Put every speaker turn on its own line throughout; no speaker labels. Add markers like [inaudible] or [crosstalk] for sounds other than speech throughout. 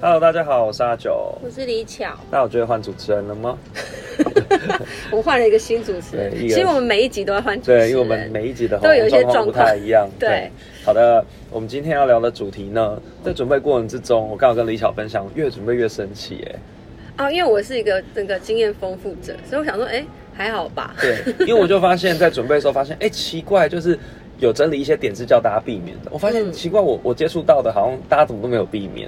Hello，大家好，我是阿九。
我是李巧，
那我觉得换主持人了吗？
我换了一个新主持人
对一，个
其实我们每一集都要换主持人，
对，因为我们每一集的
都有一些
状况不
状况
太一样。
对
好的，我们今天要聊的主题呢，在准备过程之中，我刚好跟李巧分享，越准备越生气耶。
啊，因为我是一个那个经验丰富者，所以我想说，哎、还好吧。 [laughs]
对，因为我就发现，在准备的时候发现，哎、奇怪，就是有整理一些点是叫大家避免的。我发现
嗯
奇怪，我我接触到的，好像大家怎么都没有避免，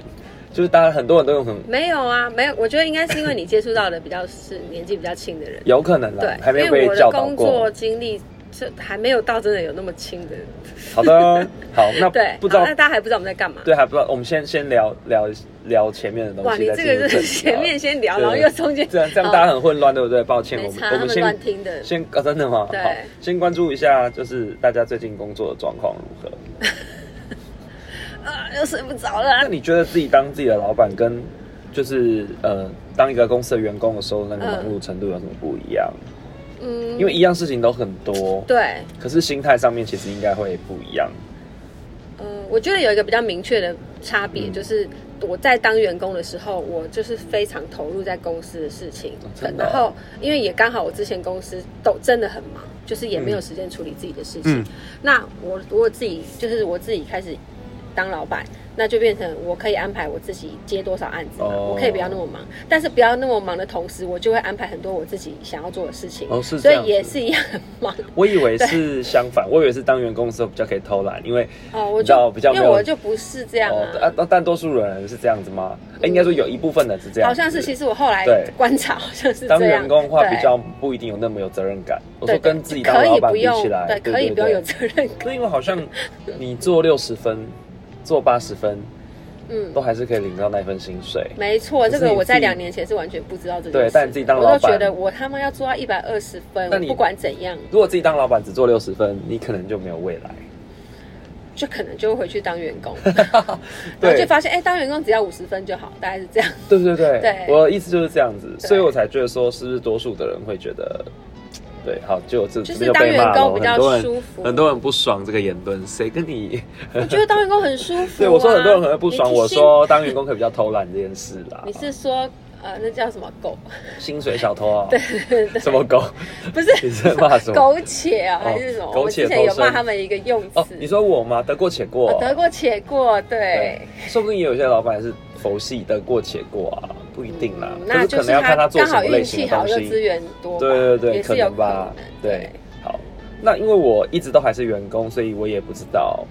就是大家很多人都用很
没有啊，没有，我觉得应该是因为你接触到的比较是年纪比较轻的人，
有可能啦
对，，
嗯还没有
因为
被
我的
教导
工
过
作。经历是还没有到真的有那么轻的人，
好的，好，那
[laughs] 对，啊
不知道
好那大家还不知道我们在干嘛。
[laughs] 对，还不知道。我们先先聊聊聊前面的东
哇，
西，
你
再
这
进入
个
正
是
题好
前
了
面先聊，
对
然后又中
[laughs]
间
这样这样大家很混乱，对不对？抱歉，
没
我们
差，
我
他
们
们乱
先
听的。
先啊，真的吗？
对
好，先关注一下，就是大家最近工作的状况如何？
啊，又睡不着
那
了。
你觉得自己当自己的老板跟就是呃当一个公司的员工的时候，那个忙碌程度有什么不一样？
嗯
因为一样事情都很多，
对，
可是心态上面其实应该会不一样。
呃，我觉得有一个比较明确的差别，
嗯
就是我在当员工的时候，我就是非常投入在公司的事情，
哦真的哦
然后因为也刚好我之前公司都真的很忙，就是也没有时间处理自己的事情。
嗯
那我如果自己就是我自己开始当老板，那就变成我可以安排我自己接多少案子嘛，
哦
我可以不要那么忙，但是不要那么忙的同时，我就会安排很多我自己想要做的事情，
哦是这
所
样
以
子
也是一样很忙。
我以为是相反，我以为是当员工的时候比较可以偷懒，因为
哦，我
你知道
就
比较没
因
有
为我就不是这样啊。
哦，啊，但多数人是这样子吗？哎，应该说有一部分人是这样
好
子，
像是，其实我后来
对
观察好像是这样。
当员工的话，
对
比较不一定有那么有责任感。我
对
说
对
跟自己当
可
老
以
板
不
比
用
起来，
对，可以不用有责任感。
那因为好像你做六十分，做八十分，
嗯
都，还是可以领到那份薪水。
没错，
可
这
是你
个我在
自己
两年前是完全不知道这件
对
事。
但你自己当
我
老
都
板
觉得我他妈要做到一百二十分，
那
我
你
不管怎样，
如果自己当老板只做六十分，你可能就没有未来。
就可能就会回去当员
[laughs]
工，然后就
对
发现哎，当员工只要五十分就好，大概是
[laughs]
这样。
对对对，
对
我的意思就是这样子，
对
所以我才觉得说，是不是多数的人会觉得，对，好，就这
就是
这边
当
被骂
员工
了
比较
很多人
舒
[laughs]
服
很多人不爽这个言论，谁跟你？
我觉得当员工很舒服
[laughs]
啊。
对我说很多人可能不爽，
你提
我
薪
说当员工可以比较偷懒这件事啦。
[laughs] 你是说呃，那叫什么狗？ [laughs]
薪水小偷啊？什么狗？
不是
你在骂什么？
苟且啊，还是什么？
哦苟
我
且
之前有
偷生
骂他们一个用
哦，
词
你，说我吗？得过且过。啊
哦得过且过，对。
说不定也有些老板是佛系得过且过啊，不一定啦。
嗯那
可是
就
可
是
能要看他
他
做
刚
什么
好
类
运
型
气
的
好，
东
又
西。
资源多吧，
对对对，
也
可
是有
能吧
可能。
对，，好。那因为我一直都还是员工，所以我也不知道。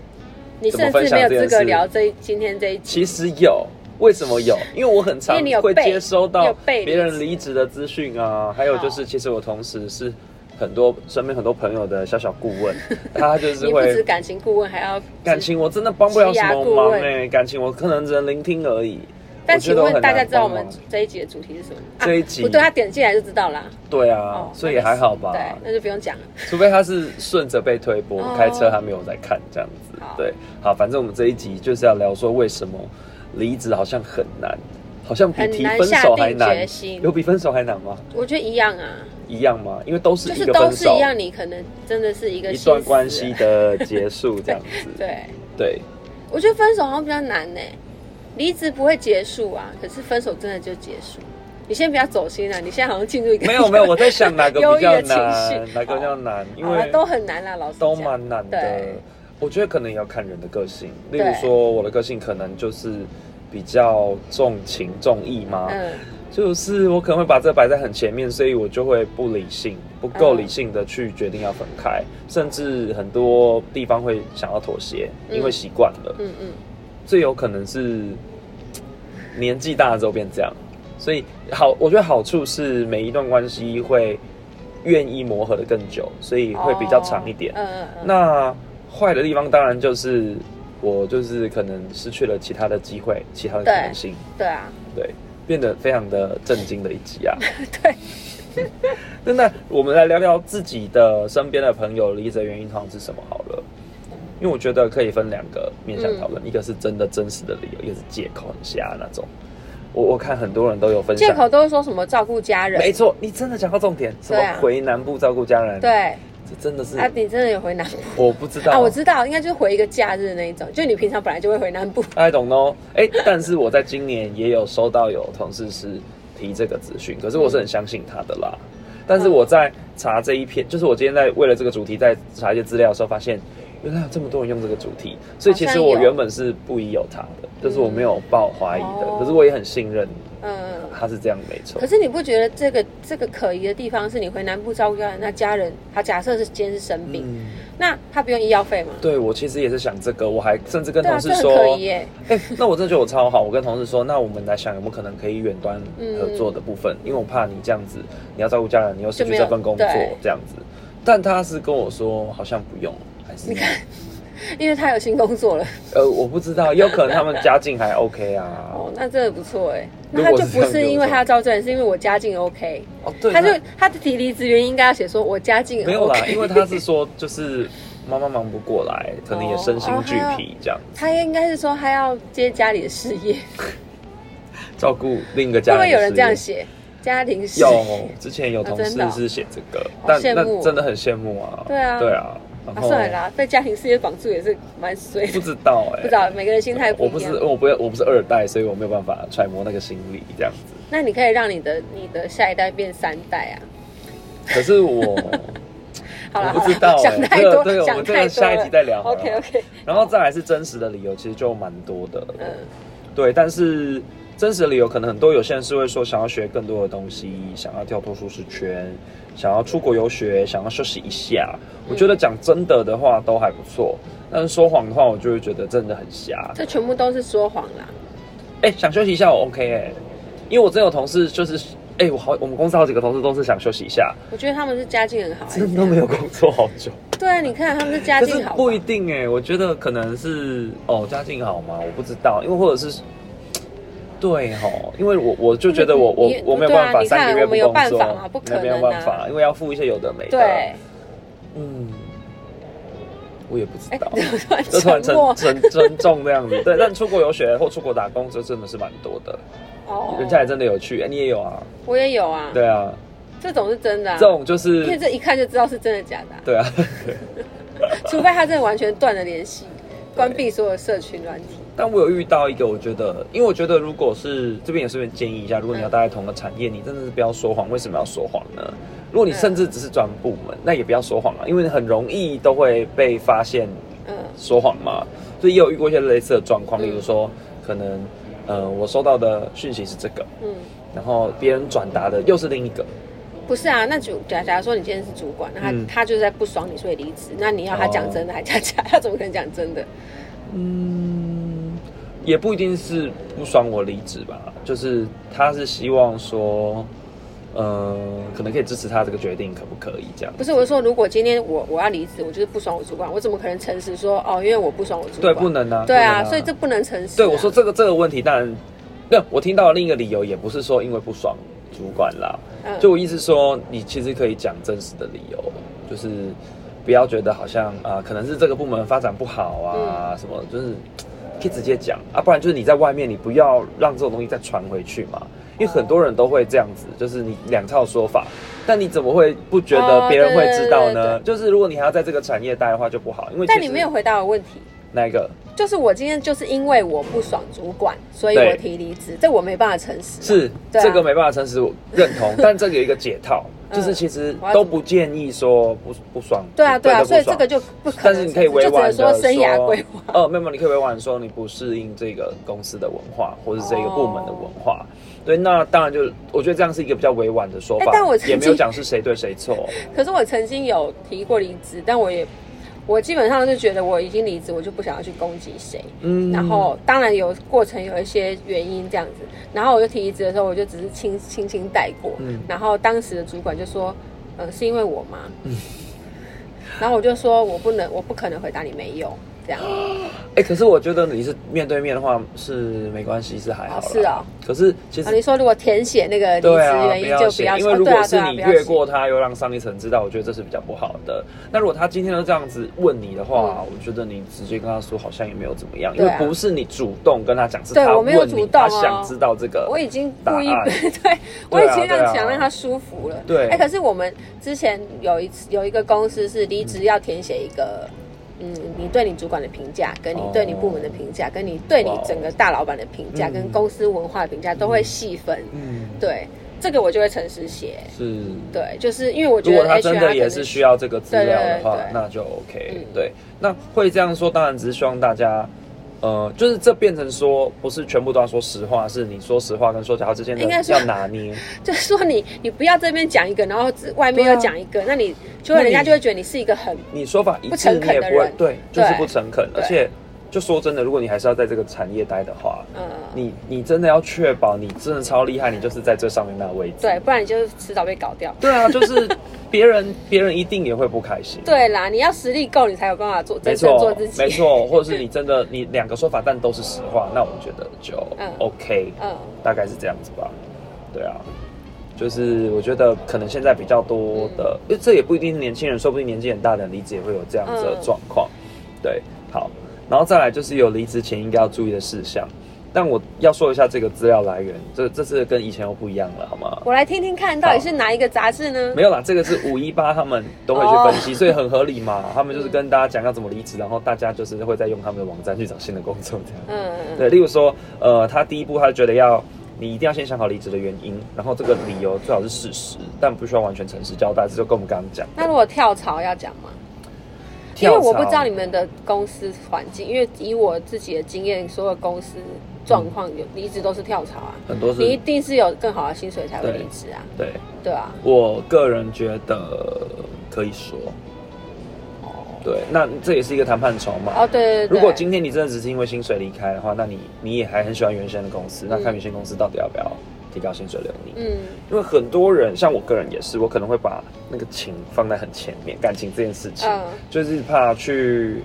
你
怎么
甚
分
至
享
没有
这件
资
事
格聊这一今天这一集。
其实有，为什么
[laughs]
有？因为我很常
因为你有
会
被
接收
你
到
有被
别人离职的资讯啊，还有就是，其实我同时是很多身边很多朋友的小小顾
[laughs]
问，他就是
你不止
会
感情顾问，还要
感。情，我真的帮不了什么
职涯顾
忙
问
哎、感情我可能只能聆听而已。
但
我觉
请
得我
问
很
大
难
家知道我
帮
们
忙
这一集的主题是什么吗？
这一集
啊不对，他点进来就知道啦。哦
对啊，所以也还好吧。
对，那就不用讲了。
除非他是顺着被推波、
哦
开车，他没有在看这样子
好。
对，好，反正我们这一集就是要聊说为什么离职好像很难，好像比
很
提
难
分手还
下定
难
决。心
有比分手还难吗？
我觉得一样啊，
一样吗？因为都是
就
一
是
个
都
分
是
手
一，样，你可能真的是一个
一
心
段
死
关系
了。
的结束这样
[laughs]
子。
对，
对，
我觉得分手好像比较难呢、离职不会结束啊，可是分手真的就结束。你先不要走心啊，你现在好像进入一个
没有没有，我在想哪个比较
优 [laughs] 越情
难，
绪
哪个比较难，因
好啦
为
都很难啦，老师
都蛮难的
对。
我觉得可能也要看人的个性，例
对
如说我的个性可能就是比较重情重义嘛，
嗯，
就是我可能会把这摆在很前面，所以我就会不理性，不够理性的去决定要分开，甚至很多地方会想要妥协，
嗯
因为习惯了。
嗯嗯，
最有可能是嘖年纪大了之后变这样，所以好，我觉得好处是每一段关系会愿意磨合的更久，所以会比较长一点。
哦嗯嗯嗯，
那坏的地方当然就是我就是可能失去了其他的机会，其他的可能性。
对啊，
对，变得非常的震惊的一集啊。
[laughs] 对。
[laughs] 那那我们来聊聊自己的身边的朋友离职的原因通常是什么好了，因为我觉得可以分两个面向讨
嗯
论，一个是真的真实的理由，一个是借口很瞎那种。我我看很多人都有分享
借，口都会说什么照顾家人，
没错，你真的讲到重点，什
对啊
么回南部照顾家人，
对，
这这真的是
啊，你真的有回南部
我不知道
啊？我知道，应该就是回一个假日那一种，就你平常本来就会回南部。
I don't know。哎，但是我在今年也有收到有同事是提这个资讯，可是我是很相信他的啦。但是我在查这一篇，就是我今天在为了这个主题在查一些资料的时候，发现原来有这么多人用这个主题，所以其实
好
我
像有
原本是不疑有他的，就是我没有抱怀疑的，
哦
可是我也很信任
嗯，
他是这样没错
可。是你不觉得这个这个可疑的地方是你回南部照顾家人，那家人他假设是今天是生病，
嗯，
那他不用医药费吗？
对我其实也是想这个，我还甚至跟
对
同
啊，
事
这很
说，
可疑耶。
哎、那我真的觉得我超好。我跟同事说，那我们来想有没有可能可以远端
嗯
合作的部分，因为我怕你这样子，你要照顾家人，你又失
就
去
没
这
有
份工作
对
这样子。但他是跟我说好像不用，还是
你看，因为他有新工作了，
呃我不知道，也有可能他们家境还 OK 啊。
哦，那真的不错哎。
如
那
果
他
是
就
这
不
样
是
就
因
不错
为他要照顾家人，是因为我家境 OK，
哦，对，
他就
那
他的提离职原因应该要写说我家境 OK,
没有啦，因为他是说就是妈妈忙不过来，可
哦
能也身心俱
啊
疲这样，
他应该是说他要接家里的事业，
照顾另一个
会
家
不
人的事业。
会有人这样写？家庭事业
有，之前有同
啊真的
事
哦
是写这个，
好
但
羡
那
慕哦
真的很羡慕啊。
对啊
对啊。然
啊，
后
算了啦，被家庭事业绑住也是蛮衰
不
的。
知道哎、
不知道每个人心态不
我
一
不是
样。
我不要我不是二代，所以我没有办法揣摩那个心理这样子。
那你可以让你的你的下一代变三代啊。
可是我
[laughs] 好了，
我
好
不
啦
知道欸
[laughs] 想太
这个
多，
这个我
想
们这个
太多了。
下一集再聊好了
OK OK，
然后再来是真实的理由，其实就蛮多的。
嗯，
对，但是真实的理由可能很多，有些人是会说想要学更多的东西，想要跳脱舒适圈，想要出国游学，想要休息一下。我
嗯
觉得讲真的的话都还不错，但是说谎的话，我就会觉得真的很瞎。
这全部都是说谎啦。
哎、想休息一下我 OK 哎、因为我真有同事就是哎、我好我们公司好几个同事都是想休息一下，
我觉得他们是家境很好，
真的都没有工作好久。
对啊，你看他们是家
可是
境好吧，
不一定哎、我觉得可能是哦家境好吗？我不知道，因为或者是。对吼，因为我我就觉得我我
你你
我没有办法
对啊
三个月
你看我
不
们有
工作，
办法吗不可能啊
没有办法，因为要付一些有的没的。
对，。
嗯，我也不知 [laughs]
哎，
道，
怎么突然
就突然
沉
沉
默？
沉沉重这样子。对，但出国游学或出国打工，这真的是蛮多的，
哦
人家也真的有去，哎你也有啊？
我也有啊，
对啊，
这种是真的啊
这，种就是
因为这一看就知道是真的假的啊，
对啊， [laughs]
除非他真的完全断了联系，关闭所有社群软体。
但我有遇到一个，我觉得，因为我觉得如果是这边也顺便建议一下，如果你要待在同个产业，你真的是不要说谎。为什么要说谎呢？如果你甚至只是转部门，那也不要说谎啊，因为你很容易都会被发现
嗯，
说谎嘛。所以也有遇过一些类似的状况，
嗯
例如说，可能呃我收到的讯息是这个，
嗯，
然后别人转达的又是另一个，
不是啊，那主假假如说你今天是主管，那他、
嗯哦
他就是在不爽你，所以离职。那你要他讲真的，还假假？ [laughs] 他怎么可能讲真的？
嗯，也不一定是不爽我离职吧，就是他是希望说，呃，可能可以支持他这个决定，可不可以这样？
不是，我是说，如果今天我我要离职，我就是不爽我主管，我怎么可能诚实说哦，因为我不爽我主
对，
管？
不能啊。
对
不
啊，
能
所以这不能诚实、啊。
对我说这个这个问题，当然，没有我听到的另一个理由也不是说因为不爽主管啦，
嗯
就我意思说，你其实可以讲真实的理由，就是不要觉得好像啊、可能是这个部门发展不好啊，
嗯
什么就是可以直接讲啊，不然就是你在外面，你不要让这种东西再传回去嘛。因为很多人都会这样子，就是你两套说法，但你怎么会不觉得
哦
别人会
对对
知道
对
呢？
对
就是如果你还要在这个产业待的话，就不好，因为
但
其
你
实
没有回答我问题，
哪一个
就是我今天就是因为我不爽主管，所以我
对
提离职，这我没办法诚实啊、
是、
对啊嗯
这个没办法诚实我认同，但这个有一个解
[laughs]
套，就是其实都不建议说不不爽，
对啊，对
真
啊，
的
所以
不爽
这个就不可能。
但是你可以委婉的
就只能说生涯规划。
呃，没有，没有你可以委婉地说你不适应这个公司的文化，或是这个部门的文化。对，那当然就我觉得这样是一个比较委婉的说法，
哦哎但我曾经
也没有讲是谁对谁
[laughs]
错。
可是我曾经有提过离职，但我也我基本上是觉得我已经离职，我就不想要去攻击谁。
嗯
然后当然有过程有一些原因这样子，然后我就提离职的时候，我就只是轻轻轻带过。
嗯
然后当时的主管就说：“
嗯
呃，是因为我吗？”然后我就说：“我不能，我不可能回答你没有。”这样。
哎、可是我觉得你是面对面的话是没关系，是还好啦、
哦是哦
可是其实
啊，你说如果填写那个离职
对啊，
原因就不
写
要，
因
写，
为
哦
如
对
果
啊
是
对啊
你
不要
越
写
过它，又让上一层知道，我觉得这是比较不好的。那如果他今天都这样子问你的话，我觉得你直接跟他说好像也没有怎么样，因
嗯对
为
啊
不是你主动跟他讲，是
对
他
我没有
问你，
主动
他
哦
想知道这个。
我已经故意
答案
[laughs] 对，我已经
对
让
啊
想让他舒服了。
对啊
哎，可是我们之前有一次有一个公司是离职要填写一个，嗯，你对你主管的评价，跟你
哦
对你部门的评价，跟你对你
哇哦
整个大老板的评价，
嗯
跟公司文化的评价都会细分。
嗯，
对，这个我就会诚实写。
是。
对，就是因为我觉
如果
得
他
HR
真的也是需要这个资料的话，
对对对对
那就 OK、
嗯
对，那会这样说，当然只是希望大家，呃，就是这变成说，不是全部都要说实话，是你说实话跟说假话之间的
应该说
要拿捏。
就是说你你不要这边讲一个，然后只外面
对啊
又讲一个，那你就会
那
人家
你
就会觉得你是一个很
你说法一
不
致，
诚
你
恳
也
的
不会
人
对，就是
对
不诚恳。而
对
且，就说真的，如果你还是要在这个产业待的话，
嗯。
你你真的要确保你真的超厉害，你就是在最上面那位置。
对，不然你就迟早被搞掉。
对啊，就是
[laughs]
别人别人一定也会不开心。
对啦，你要实力够，你才有办法做
没
真正
错
做自，己。
没。错，或者是你真的你两个说法，但都是实话，那我觉得就
嗯
OK，、
嗯，
大概是这样子吧。对啊，就是我觉得可能现在比较多的，因为这也不一定是年轻人，说不定年纪很大的人离职也会有这样子的状况。对，好，然后再来就是有离职前应该要注意的事项。但我要说一下这个资料来源，这这次跟以前又不一样了，好吗？
我来听听看，到底是哪一个杂志呢？
没有啦，这个是五一八他们都会去分析，所以很合理嘛。他们就是跟大家讲要怎么离职，然后大家就是会再用他们的网站去找新的工作这样。
嗯嗯嗯，
对，例如说，呃，他第一步他觉得要你一定要先想好离职的原因，然后这个理由最好是事实，但不需要完全诚实交代，这就跟我们刚刚讲的。
那如果跳槽要讲吗？嗯因
跳
为
槽
我不知道你们的公司环境，因为以我自己的经验，所有公司状况有离职都是跳槽啊，
很多是
你一定是有更好的薪水才会
对
离职啊，
对
对啊，
我个人觉得可以说，哦对，那这也是一个谈判筹码。
哦对对对，
如果今天你真的只是因为薪水离开的话，那你你也还很喜欢原先的公司，那看原先公司到底要不要提高薪水留你？
嗯
因为很多人，像我个人也是，我可能会把那个情放在很前面，感情这件事情，
嗯
就是怕去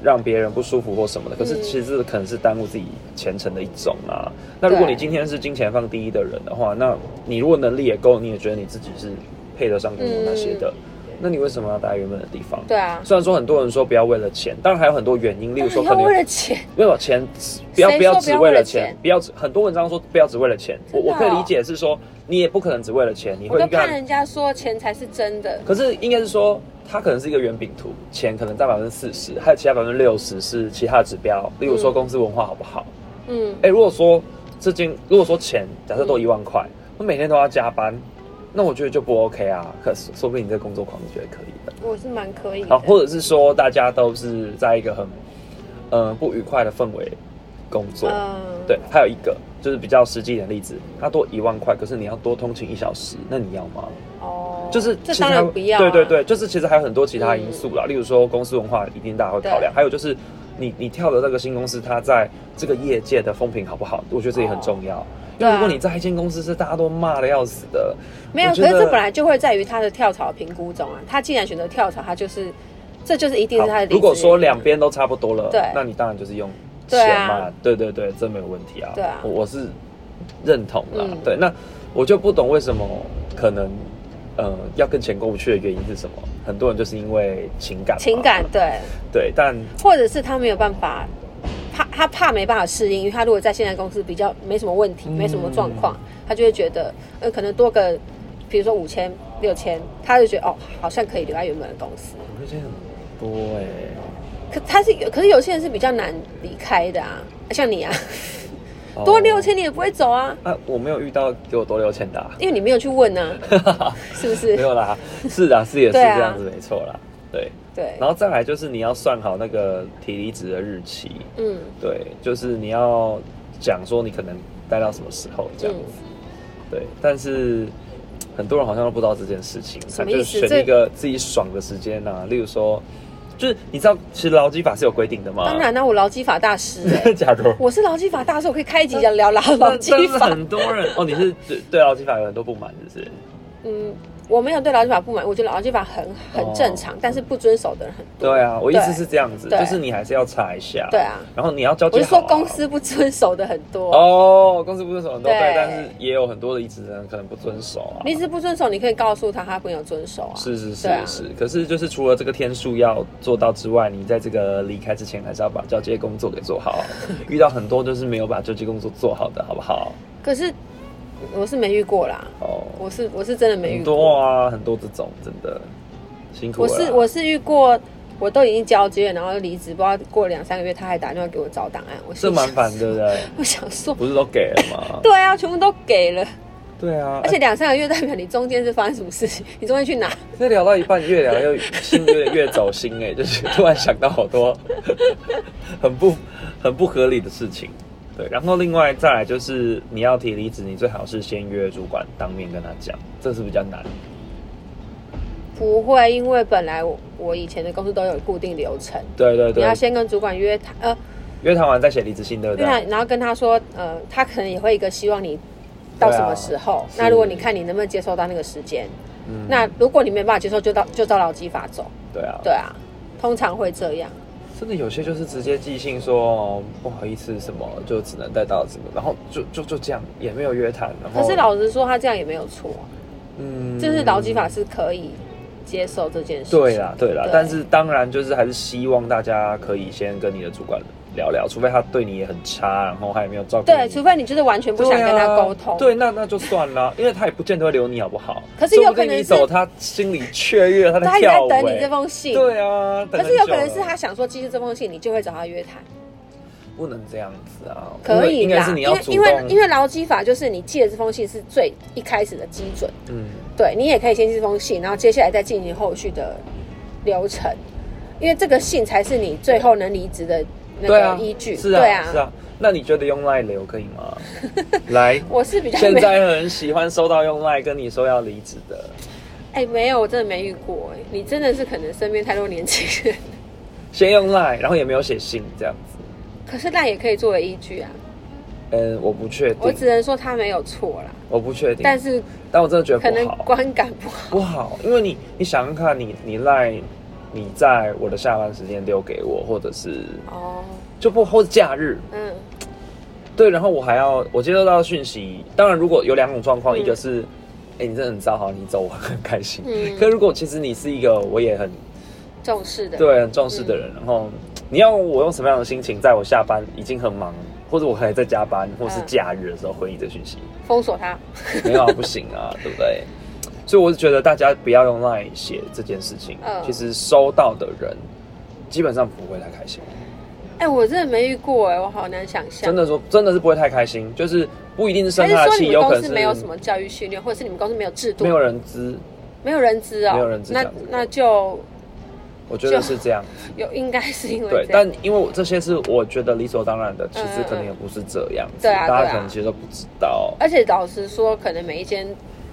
让别人不舒服或什么的。可是
嗯
其实可能是耽误自己前程的一种啊。那如果
对
你今天是金钱放第一的人的话，那你如果能力也够，你也觉得你自己是配得上拥有那些的，那你为什么要待原本的地方？
嗯对啊，
虽然说很多人说不要为了钱，当然还有很多原因，例如说
哎你
可
要
能
为了钱，
没有钱，不要
谁说
不要只
不要
为
为
了
了
钱
钱，
不要只很多文章说不要只为了钱，我
真的
我
哦
可以理解是说你也不可能只为了钱，你
我
会
都
干
怕人家说钱才是真的，
可是应该是说它可能是一个圆饼图，钱可能占百分之四十，还有其他百分之六十是其他的指标，例如说
嗯
公司文化好不好。
嗯，
哎、如果说这间如果说钱假设都一万块，我每天都要加班，那我觉得就不 OK 啊。可是说不定你这工作狂，你觉得可以的。
我是蛮可以的，
好，或者是说大家都是在一个很呃不愉快的氛围工作。
嗯
对，还有一个就是比较实际一点的例子，他多一万块，可是你要多通勤一小时，那你要吗？
哦，
就是
这
其
当
他
然不要、啊，嗯
对对对，就是其实还有很多其他因素啦，例如说公司文化一定大家会考量，还有就是你你跳的这个新公司，它在这个业界的风评好不好，我觉得这也很重要。因
对
为
啊
如果你在一间公司是大家都骂的要死的，
没有，
我
可
觉
是
得
这本来就会在于他的跳槽评估中啊。他既然选择跳槽，他就是，这就是一定是他的
好
理。
如果说两，边都差不多了，
对
那你当然就是用
对啊
钱嘛，对对对，这没有问题啊，
对啊
我我是认同啦，
嗯
对，那我就不懂为什么可能呃要跟钱过不去的原因是什么？很多人就是因为情感嘛，
情感对，
对，但
或者是他没有办法，怕他怕没办法适应，因为他如果在现在公司比较没什么问题，
嗯
没什么状况，他就会觉得，呃，可能多个，比如说五千、六千，他就觉得哦，好像可以留在原本的公司。
我觉得很多哎、
可他是有，可是有些人是比较难离开的啊，像你啊，多
哦
六千你也不会走啊，
啊，我没有遇到给我多六千的、啊， [laughs]
因为你没有去问啊，是不是
没？有啦，是啊，是也是这
对啊
样子，没错啦，对，
对，
然后再来就是你要算好那个提离职的日期，
嗯。
对，就是你要讲说你可能待到什么时候这
嗯
样子，对。但是很多人好像都不知道这件事情，
什么
就
意
是
思
选
这
一个自己爽的时间呐、例如说，就是你知道，其实劳基法是有规定的嘛。
当，然啦、我劳基法大师、欸，
[laughs] 假如
我是劳基法大师，我可以开一集讲聊劳劳基
但是
法。
很多人哦，你是对对劳基法有很多不满，是不是？
嗯，我没有对劳基法不满，我觉得劳基法很很正常，
哦
但是不遵守的人很多。
对啊，我意思是这样子，
对
就是你还是要查一下。
对啊，
然后你要交
我
接
是
好啊、
说公司不遵守的很多。
哦，公司不遵守很多对，
对
但是也有很多的离职人可能不遵守啊。
离职不遵守，你可以告诉他他没有遵守啊。
是是是
对啊
是，可是就是除了这个天数要做到之外，你在这个离开之前还是要把交接工作给做
[laughs]
好。遇到很多就是没有把交接工作做好的，好不好？
可是我是没遇过啦，
哦，
我是我是真的没遇
很
过。
多啊，很多这种真的辛苦
我
了啦。
是我是遇过，我都已经交接了，然后离职，不知道过两三个月，他还打电话给我找档案，我
这
心
蛮
想
烦，对不对？
我想说，
不是都给了
[laughs]
吗？
对啊，全部都给了，
对啊，
而且两三个月代表你中间是发生什么事情，你中间去哪？
这聊到一半，越聊越心有点越走心哎、就是突然想到好多很不很不合理的事情。对，然后另外再来就是你要提离职，你最好是先约主管当面跟他讲，这是比较难。
不会，因为本来我我以前的公司都有固定流程，
对对
你
对
要，先啊跟主管约谈，呃，
约谈完再写离职信，对不
约谈
对？，
然后跟他说，呃，他可能也会一个希望你到什么时
啊
候。
是
那如果你看你能不能接受到那个时间，
嗯
那如果你没办法接受，就到就照劳基法走。
对啊，
对啊，通常会这样。
真的有些就是直接寄信说哦不好意思什么，就只能带到这个，然后就就就这样，也没有约谈。然后
可是老实说，他这样也没有错，
哦嗯
就是劳基法是可以接受这件事情。
对啦，对啦
对，
但是当然就是还是希望大家可以先跟你的主管聊聊，除非他对你也很差，然后他也没有照顾
对，
你
除非你就是完全不想
对啊
跟他沟通。
对，那那就算了，因为他也不见得会留你，好不好？
可是有
说不定
可能
你
是
走，他心里雀跃，他
他
在
也在
跳舞、
等你
欸
这封信。
对啊，等
可是有
很久
可能是
了
他想说寄出这封信，你就会找他约谈，
不能这样子啊，
可
因
以
为应该
啦
是。你
因
要
为
主动，
因为因为劳基法就是你寄的这封信是最一开始的基准，
嗯，
对你也可以先寄这封信，然后接下来再进行后续的流程，因为这个信才是你最后能离职的那
对啊
个，依据。
是啊，是啊。那你觉得用赖留可以
[laughs]
吗？来。
我是比较
现
没
在很喜欢收到用赖跟你说要离职的，
哎、没有，我真的没遇过哎、你真的是可能身边太多年轻人，
先用赖，然后也没有写信这样子。
可是那也可以作为依据啊。
嗯，我不确定，
我
我
只能说他没有错啦，
不确定，
但是
但我真的觉
可
得
能
不好，
观感不好。
不好，因为你你想想看你，你赖你在我的下班时间留给我，或者是
哦，
就不或者假日，
嗯，
对，然后我还要我接收到讯息，当然如果有两种状况，
嗯
一个是哎、你真的很糟哈，你走我很开心，
嗯
可如果其实你是一个我也很
重视的。
对很重视的
嗯
人，然后你要我用什么样的心情，在我下班已经很忙，或者我还在加班，或是
嗯
假日的时候回你这讯息，
封锁他。
没有啊，不行啊， [laughs] 对不对？所以我是觉得大家不要用 LINE 写这件事情。
嗯
其实收到的人基本上不会太开心，
哎、我真的没遇过哎、我好难想象。
真的说真的是不会太开心，就是不一定是生
还是
他的
说
气，
你们
有可
公
能
司
是
没有什么教育训练，或者是你们公司没有制度，
没有人知，
没有人知哦，
没有人知
那
讲这个
那就
我觉得
就是
这
[laughs]
样。
有应该是因为
对，
这样
但因为我这些是我觉得理所当然的，其实可能也不是这样子，
对啊
大
对
家
啊
可能其实都不知道。
而且老实说，可能每一间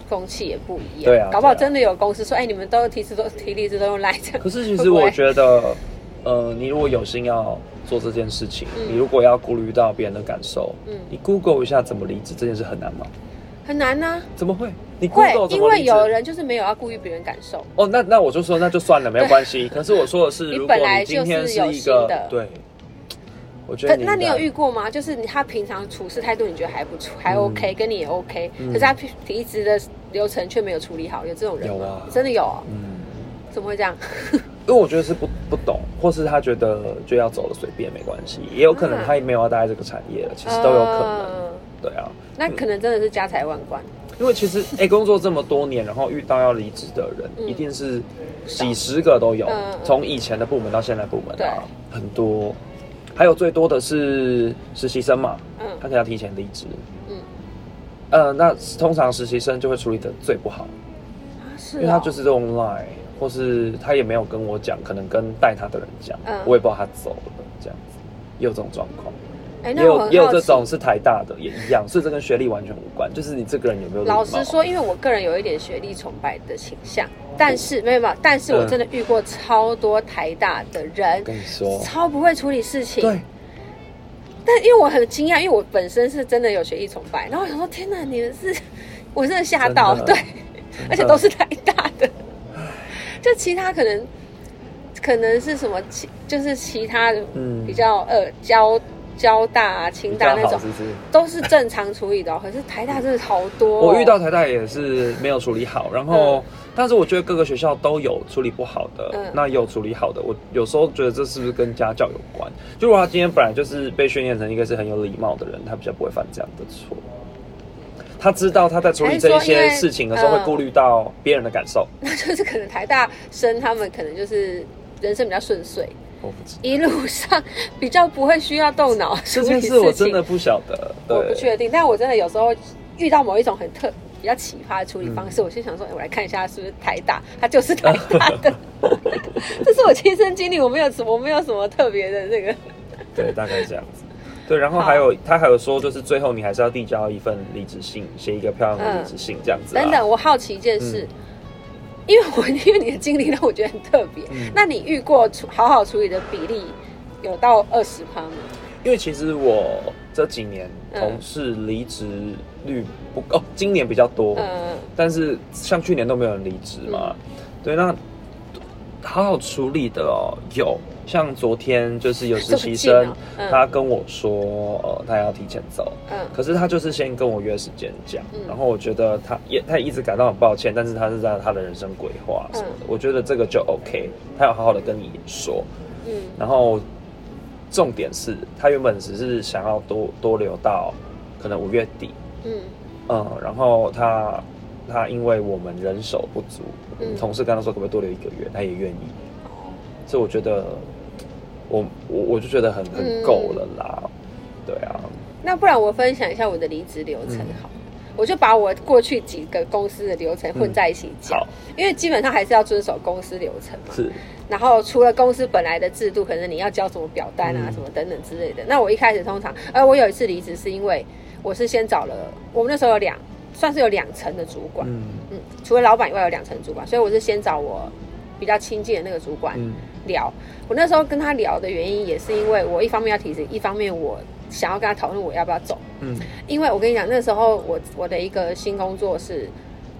风气也不一样，
对啊
搞不好
对啊
真的有公司说，哎、你们都提示都提例子都用来这
可
样，
是其
会
实
不会
我觉得，呃，你如果有心要做这件事情，
嗯
你如果要顾虑到别人的感受，
嗯
你 Google 一下怎么离职这件事很难吗？
很难呐、
怎么会？你 g
会
o o，
因为有人就是没有要顾虑别人感受，
哦，那那我就说那就算了，没有关
[laughs]
系。可是我说的是，
你
如果
本来
你今天
就是有
一
心
个
的
对，我觉
可
得你
那
应
你
该
有遇过吗？就是你他平常处事态度你觉得还不错，还 OK，、跟你也 OK，、
嗯
可是他平离职的流程却没有处理好，有这种人吗？
有啊
真的有、哦，
嗯，
怎么会这样？
因为我觉得是不不懂，或是他觉得就要走了随便没关系，也有可能
啊
他也没有要待在这个产业了， [laughs] 其实都有可能。
嗯
对啊，
那可能真的是家财万贯，
因为其实哎、诶工作这么多年，然后遇到要离职的人，
嗯
一定是几十个都有
嗯嗯，
从、以前的部门到现在部门
对
啊，很多。还有最多的是实习生嘛，他
嗯
可能要提前离职。
嗯，
呃，那通常实习生就会处理的最不好，
啊是、
因
哦，
为他就是这种 lie，或是他也没有跟我讲，可能跟带他的人讲，
嗯
我也不知道他走了这样子，也有这种状况，
哎、
也
那
有
我很好
也有这
奇
种是台大的也一样，所以这跟学历完全无关，就是你这个人有没有礼貌
老实说，因为我个人有一点学历崇拜的倾向，但是没有没有，但是我真的遇过超多台大的人，
嗯跟你说，
超不会处理事情。
对，
但因为我很惊讶，因为我 [laughs] 本身是真的有学历崇拜，然后我想说，天哪，你们是，我真的吓到，
真的
对，而且都是台大的。 [laughs] 就其他可能可能是什么其就是其他的
嗯
比较呃交交大啊、
比
清
较
大那
好
种
是不是？
都是正常处理的哦、可是台大真的好多、哦
我遇到台大也是没有处理好，然后、但是我觉得各个学校都有处理不好的，
嗯
那也有处理好的。我有时候觉得这是不是跟家教有关？就如果他今天本来就是被训练成一个是很有礼貌的人，他比较不会犯这样的错。他知道他在处理这一
还是说因
些
为
事情的时候会
嗯
顾虑到别人的感受。
[laughs] 那就是可能台大生他们可能就是人生比较顺遂，
我不知道
一路上比较不会需要动脑
这
处理
件事
事情。
我真的不晓得，
我不
对，
确定，但我真的有时候遇到某一种很特比较奇葩的处理方式，
嗯
我就想说，哎、我来看一下是不是台大，它就是台大
[laughs]
的，这是我亲身经历，我没有什么，我没有什么特别的那个，
对，大概这样子。对，然后还有他还有说，就是最后你还是要递交一份离职信，写一个漂亮的离职信这样子啦。
嗯
啊
等等，我好奇一件事。
嗯
[laughs] 因为我因为你的经历让我觉得很特别，
嗯
那你遇过处好好处理的比例有到二十趴吗？
因为其实我这几年
嗯
同事离职率不高、哦，今年比较多，
嗯，
但是像去年都没有人离职嘛。对，那好好处理的哦，有像昨天就是有实习
这么近
生
哦，嗯
他跟我说，呃，他要提前走。
嗯
可是他就是先跟我约时间讲，
嗯
然后我觉得他也他也一直感到很抱歉，但是他是在他的人生规划什么的，我觉得这个就 OK，他有好好的跟你说，
嗯
然后重点是，他原本只是想要多多留到可能五月底，
嗯
嗯，然后他他因为我们人手不足，
嗯哦
同事跟他说可不可以多留一个月，他也愿意，所以我觉得我我我就觉得很很
嗯
够了啦，对啊，
那不然我分享一下我的离职流程
嗯
好了，我就把我过去几个公司的流程混在一起讲，
好
因为基本上还是要遵守公司流程嘛。
是
然后除了公司本来的制度，可能你要交什么表单啊、
嗯
什么等等之类的。那我一开始通常，呃，我有一次离职是因为我是先找了，我们那时候有两，算是有两层的主管，嗯
嗯
除了老板以外有两层主管，所以我是先找我比较亲近的那个主管，
嗯
聊。我那时候跟他聊的原因，也是因为我一方面要提醒，一方面我想要跟他讨论我要不要走。
嗯
因为我跟你讲，那时候我我的一个新工作是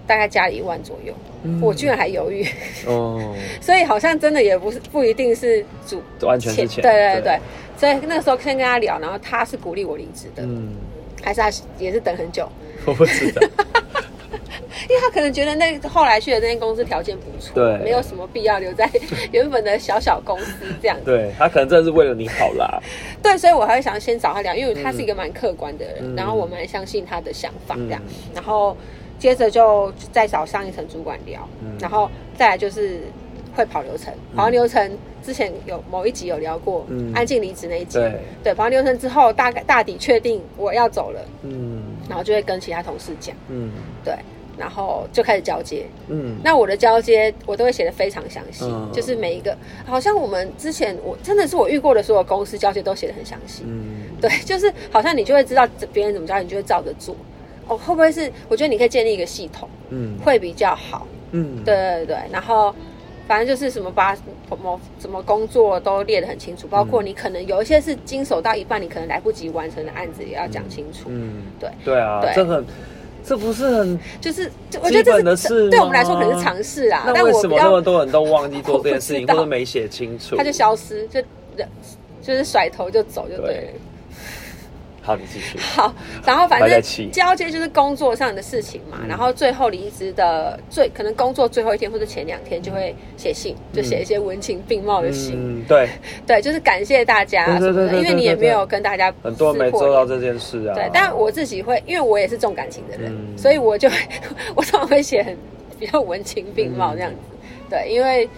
大概加了一万左右，
嗯
我居然还犹豫， [laughs]
哦，
所以好像真的也不是不一定是主
完全是钱，
对对对。所以那时候先跟他聊，然后他是鼓励我离职的，
嗯，
还是他也是等很久，
[laughs] 我不知道，
因为他可能觉得那后来去的那间公司条件不错，
对
没有什么必要留在 [laughs] 原本的小小公司这样子。
对他可能真的是为了你好
[laughs]
啦，
对，所以我还会想先找他聊，因为他是一个蛮客观的人，
嗯
然后我蛮相信他的想法这样，
嗯
然后接着就再找上一层主管聊，
嗯
然后再来就是会跑流程，跑完流程之前有某一集有聊过，
嗯
安静离职那一集，
对，
对，跑完流程之后大概大抵确定我要走了，
嗯
然后就会跟其他同事讲，
嗯
对。然后就开始交接。
嗯，
那我的交接我都会写的非常详细，
嗯
就是每一个，好像我们之前我真的是我遇过的所有公司交接都写的很详细。
嗯
对，就是好像你就会知道别人怎么教，你就会照着做。哦，会不会是？我觉得你可以建立一个系统，
嗯
会比较好。
嗯，
对对对，然后反正就是什么把某什么工作都列得很清楚，包括
嗯
你可能有一些是经手到一半，你可能来不及完成的案子，也要讲清楚。
嗯，
对
对啊，
对
这很，这不是很？
就是就我觉得
基本的
这是
事
对我们来说
吗
可能是常识啦，但
为
啊我
什
比
么那
较
么多人都忘记做这件事
[laughs] 我
情，
不
或
知道
者没写清楚？
他就消失，就就是甩头就走就对了
对。好，你继续。
好，然后反
还在
正
气
交接就是工作上的事情嘛，
嗯
然后最后离职的最可能工作最后一天或者前两天就会写信，就写一些文情并茂的信，
嗯，对，
对，就是感谢大家啊什
对对
么的，
对对
因为你也
对对
没有跟大家
很多人没
撕破
做到
脸
这件事啊。
对，但我自己会，因为我也是重感情的人，
嗯
所以我就 [laughs] 我常常会写很比较文情并
嗯
茂这样子。对，因为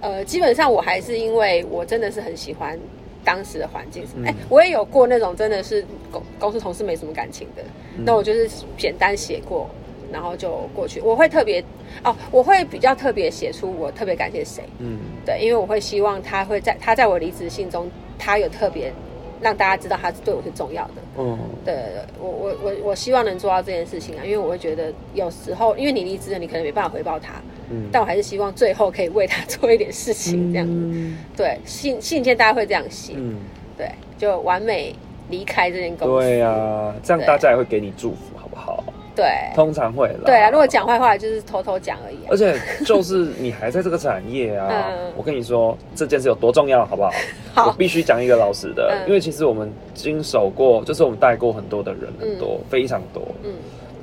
呃，基本上我还是因为我真的是很喜欢当时的环境什么。哎、
嗯
我也有过那种真的是公公司同事没什么感情的，
嗯
那我就是简单写过。然后就过去，我会特别哦，我会比较特别写出我特别感谢谁，
嗯
对，因为我会希望他会在他在我离职信中，他有特别让大家知道他对我是重要的，
嗯
对，我我我我希望能做到这件事情啊，因为我会觉得有时候，因为你离职了，你可能没办法回报他，
嗯，
但我还是希望最后可以为他 [laughs] 做一点事情，这样、
嗯
对信信件大家会这样写，
嗯，
对，就完美离开这间公司，
对呀，这样啊
对
大家也会给你祝福，好不好？
对
通常会啦。
对啊，如果讲坏话就是偷偷讲而已、啊
而。且就是你还在这个产业啊，
[laughs] 嗯
我跟你说这件事有多重要，好不好？
好
呃我必须讲一个老实的，
嗯
因为其实我们经手过，就是我们带过很多的人，很多、非常多，
嗯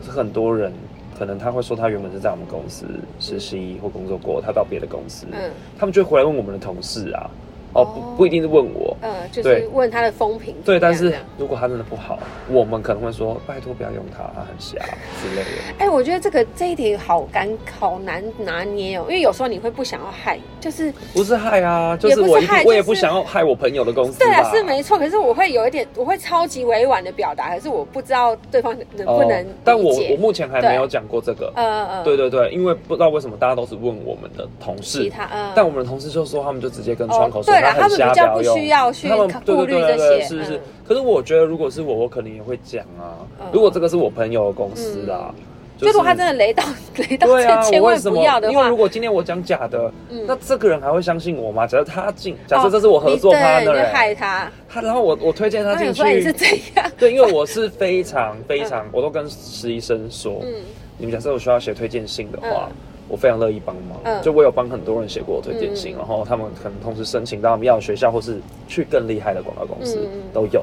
是很多人可能他会说他原本是在我们公司实习或工作过，他到别的公司，
嗯
他们就会回来问我们的同事啊，哦
哦
不不一定是问我，
嗯，就
对
是问他的风评怎么
对，
样。
但是
这样
如果他真的不好，我们可能会说拜托不要用他，他很
[laughs]
瞎之类的。
哎、我觉得这个这一题好尴，好难拿捏哦，因为有时候你会不想要害，就是
不是害啊，就
也
是
不是
我一定
害
我也
就是
不想要害我朋友的公司吧。
对啊，是没错，可是我会有一点，我会超级委婉的表达，可是我不知道对方能能
哦
不能、理
但我
解
我目前还
对
没有讲过这个。
呃呃，
对对对，因为不知道为什么大家都是问我们的同
其
事，
他呃，
但我们的同事就说他们就直接跟窗口
哦
说
对啦
很瞎，
他们
不
比
要
较
用
不需要去
他们对对对对
顾虑这些
对，是是
嗯。
可是我觉得如果是我，我可能也会讲啊
嗯。
如果这个是我朋友的公司啦，
就如果他真
的
的雷到雷到
对啊，
这千
我为
万
什
不
么
要的
因为
话
如，果今天我讲假的，
嗯
那这个人还会相信我吗？假设他进，假设
哦
这是我合作
你对
partner，
你就
欸
害他，
他然后我我推荐他
然后
进
你
去
说哎你是怎
[laughs]
样？
对，因为我是非常非常，我都跟实习生说，
嗯
你们假设有需要写推荐信的话，
嗯
我非常乐意帮忙。
嗯
就我有帮很多人写过推荐信，
嗯
然后他们可能同时申请到他们要的学校，或是去更厉害的广告公司、
嗯嗯
都有。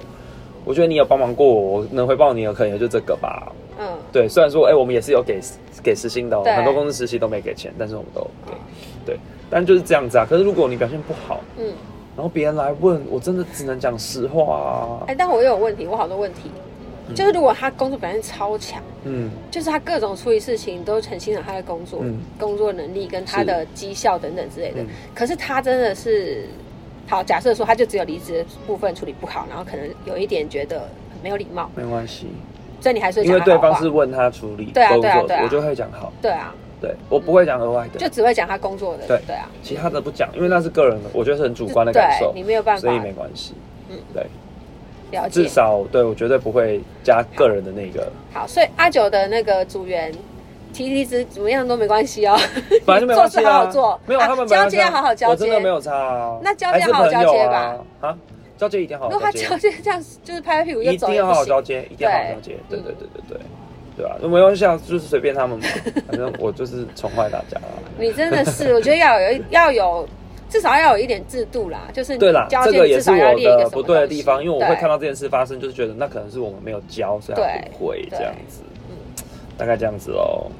我觉得你有帮忙过我，我能回报你的可能也就这个吧。
嗯，
对，虽然说，哎、我们也是有给给实薪的、哦，
对
很多公司实习都没给钱，但是我们都给。对，但就是这样子啊。可是如果你表现不好，
嗯，
然后别人来问，我真的只能讲实话啊
哎、。但我又有问题，我好多问题，就是如果他工作表现超强。
嗯，
就是他各种处理事情都很欣赏他的工作、
嗯
工作能力跟他
是
的绩效等等之类的。
嗯
可是他真的是，好，假设说他就只有离职的部分处理不好，然后可能有一点觉得没有礼貌，
没关系。
所以你还是会
因
讲
为
他
对
好
方
话
是问他处理
对啊
工
对啊
作的
对啊，
我就会讲好，
对啊，
对我不会讲额外
就
的，
只会讲他工作的，
对
对啊，
其他的不讲，因为那是个人的，我觉得是很主观的感受
对，你没有办法
所以没关系。
嗯
对，
了解
至。少对我绝对不会加个人的那
[laughs]
个，
好，所以阿九的那个组员。提离职怎么样都没关系哦，
反正就没关系
做事好
啊
好做，
没有
啊
他们本
交
来
接
这样
好好交接
我真的没有差啊，
那交
还
接
是
好好交接
朋友
吧
啊，啊，交接一定好
如
好
果他
交接
交，接这样子，就是拍拍屁股又
一
走
定
也
要
不
好好
行
交。接，一定要好好
对
交接，对对
嗯
对对对。对啊，那没关系啊，就是随便他
[laughs]
们嘛，反正我就是宠坏大家啊啦。
你真的是，我觉得要有一要有，至少要有一点制度啦，就是你
对啦，
交
这
接
个也
至
是
少要
我
列一个
的
什
不
么
对的
东西
地方，因为我会
对
看到这件事发生，就是觉得那可能是我们没有教，所以他
对
不会
对
这样子，大概这样子喽。对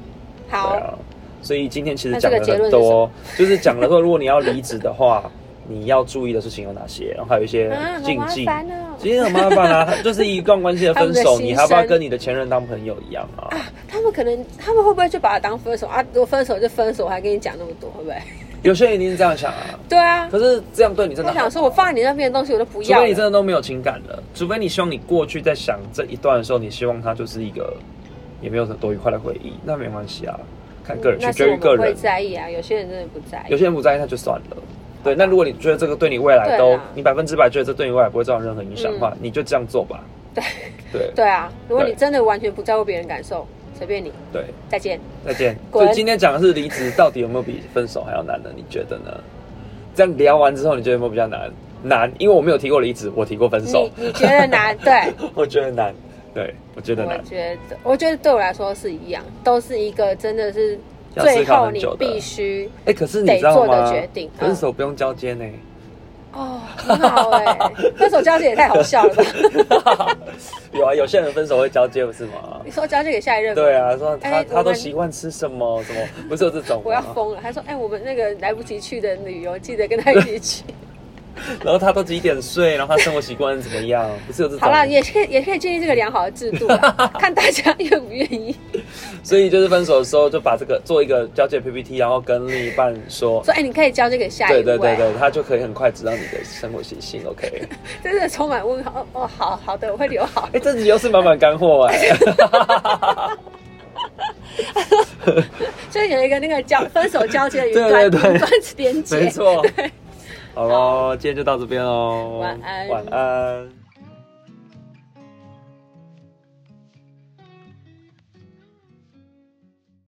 好，
啊，所以今天其实
那
讲
这
了
个
很
结论是什
多
么，
就是讲了说，如果你要离职的话，你要注意的事情有哪些，然后还有一些
啊，好
禁
麻
忌。
烦哦。
其实很麻烦啊，就是一段关系的分
他
手，
们的
你
牺
还不要
牲
跟你的前任当朋友一样啊？
他们可能，他们会不会就把它当分手啊？如果分手就分手，我还跟你讲那么多，会不 [laughs] 会？
有些人一定是这样想啊，
对啊，
可是这样对你真的
我
好
想说，我放在你那边的东西我都不
除
要
非你真
了。
的都没有情感了，除非你希望你过去在想这一段的时候，你希望它就是一个也没有多愉快的回忆，那没关系啊，看个人，取
嗯那是
决于
我
个
们会
人。
在意啊，有些人真的不在
有
意。
些人不在意，那就算了。对，那如果你觉得这个对你未来
对啊
都
啦，
你百分之百觉得这对你未来不会造成任何影响的话，你就这样做吧。对对
对啊，如果你
对
真的完全不在乎别人感受，随便你，
对，
再见。
再见。
滚
所以今天讲的是离职到底有没有比分手还要难呢？你觉得呢？这样聊完之后，你觉得有没有比较难？难，因为我没有提过离职，我提过分手
你，你觉得难？ [laughs] 对，
[laughs] 我觉得难。对，我觉得
我
难。
觉得，我觉得对我来说是一样，都是一个真的是
要思
最
考
后
很
你
久的
必须
哎、可是你知道
得做
吗？
的决定嗯
分手不用交接呢。 [laughs]
哦，很好哎、分手交接也太好笑了吧？
有啊，有些人分手会交接，不是
[laughs]
吗
你？说交接给下一任吗？
对，啊，说他、
哎
他
我
都
们
习惯吃什么什么，不是有这种
[laughs] 我要
吗？
疯了。他说，哎、我们那个来不及去的旅游，记得跟他一起去。
然后他都几点睡，然后他生活习惯怎么样， [laughs] 不是有这种？
好啦，也可以也可以建立这个良好的制度
[laughs]
啦，看大家愿不愿意。
所以就是分手的时候就把这个做一个交接 PPT，然后跟另一半
[laughs]
说。
说，哎、你可以交接给下一
对
位。
对对对，他就可以很快知道你的生活习性。OK， [laughs]
真的充满问号。哦哦，好好的，我会留好
哎、。这集又是满满干货
[laughs]
哎、
就是有一个那个交分手交接的云端
对对对
云端连接。 [laughs]
没错。好喽，今天就到这边喽。
晚安
晚安。